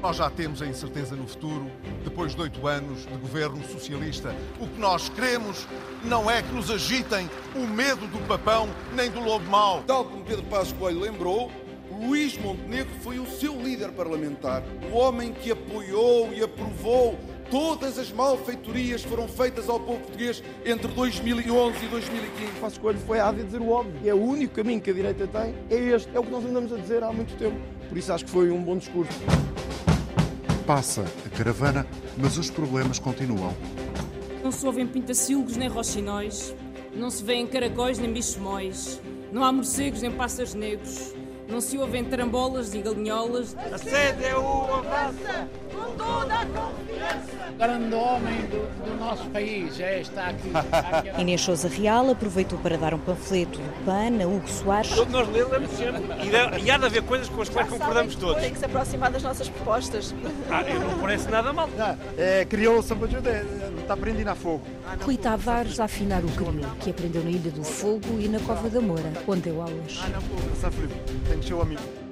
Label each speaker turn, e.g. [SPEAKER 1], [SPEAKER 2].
[SPEAKER 1] Nós já temos a incerteza no futuro, depois de oito anos de governo socialista. O que nós queremos não é que nos agitem o medo do papão nem do lobo mau.
[SPEAKER 2] Tal como Pedro Passos Coelho lembrou, Luís Montenegro foi o seu líder parlamentar, o homem que apoiou e aprovou todas as malfeitorias que foram feitas ao povo português entre 2011 e 2015.
[SPEAKER 3] Passo Coelho foi a dizer o óbvio. É o único caminho que a direita tem, é este. É o que nós andamos a dizer há muito tempo. Por isso acho que foi um bom discurso.
[SPEAKER 4] Passa a caravana, mas os problemas continuam.
[SPEAKER 5] Não se ouvem pintacilgos nem roxinóis, não se vêem caracóis nem bichos móis, não há morcegos nem pássaros negros, não se ouvem trambolas e galinholas.
[SPEAKER 6] A CDU avança
[SPEAKER 7] com toda a confiança.
[SPEAKER 8] O grande homem do, do nosso país é, está aqui. aqui.
[SPEAKER 9] Inês Souza Real aproveitou para dar um panfleto do PAN a Hugo Soares.
[SPEAKER 10] Todos nós lemos sempre e, e há de haver coisas com as quais concordamos todos.
[SPEAKER 11] Tem que se aproximar das nossas propostas.
[SPEAKER 10] Ah, não parece nada mal.
[SPEAKER 12] Não, é, criou-se uma ajuda, está prendido a fogo.
[SPEAKER 13] Rui Tavares a afinar o caminho que aprendeu na Ilha do Fogo e na Cova da Moura, onde deu aulas.
[SPEAKER 12] Ah, não, pô, Tem que ser o amigo.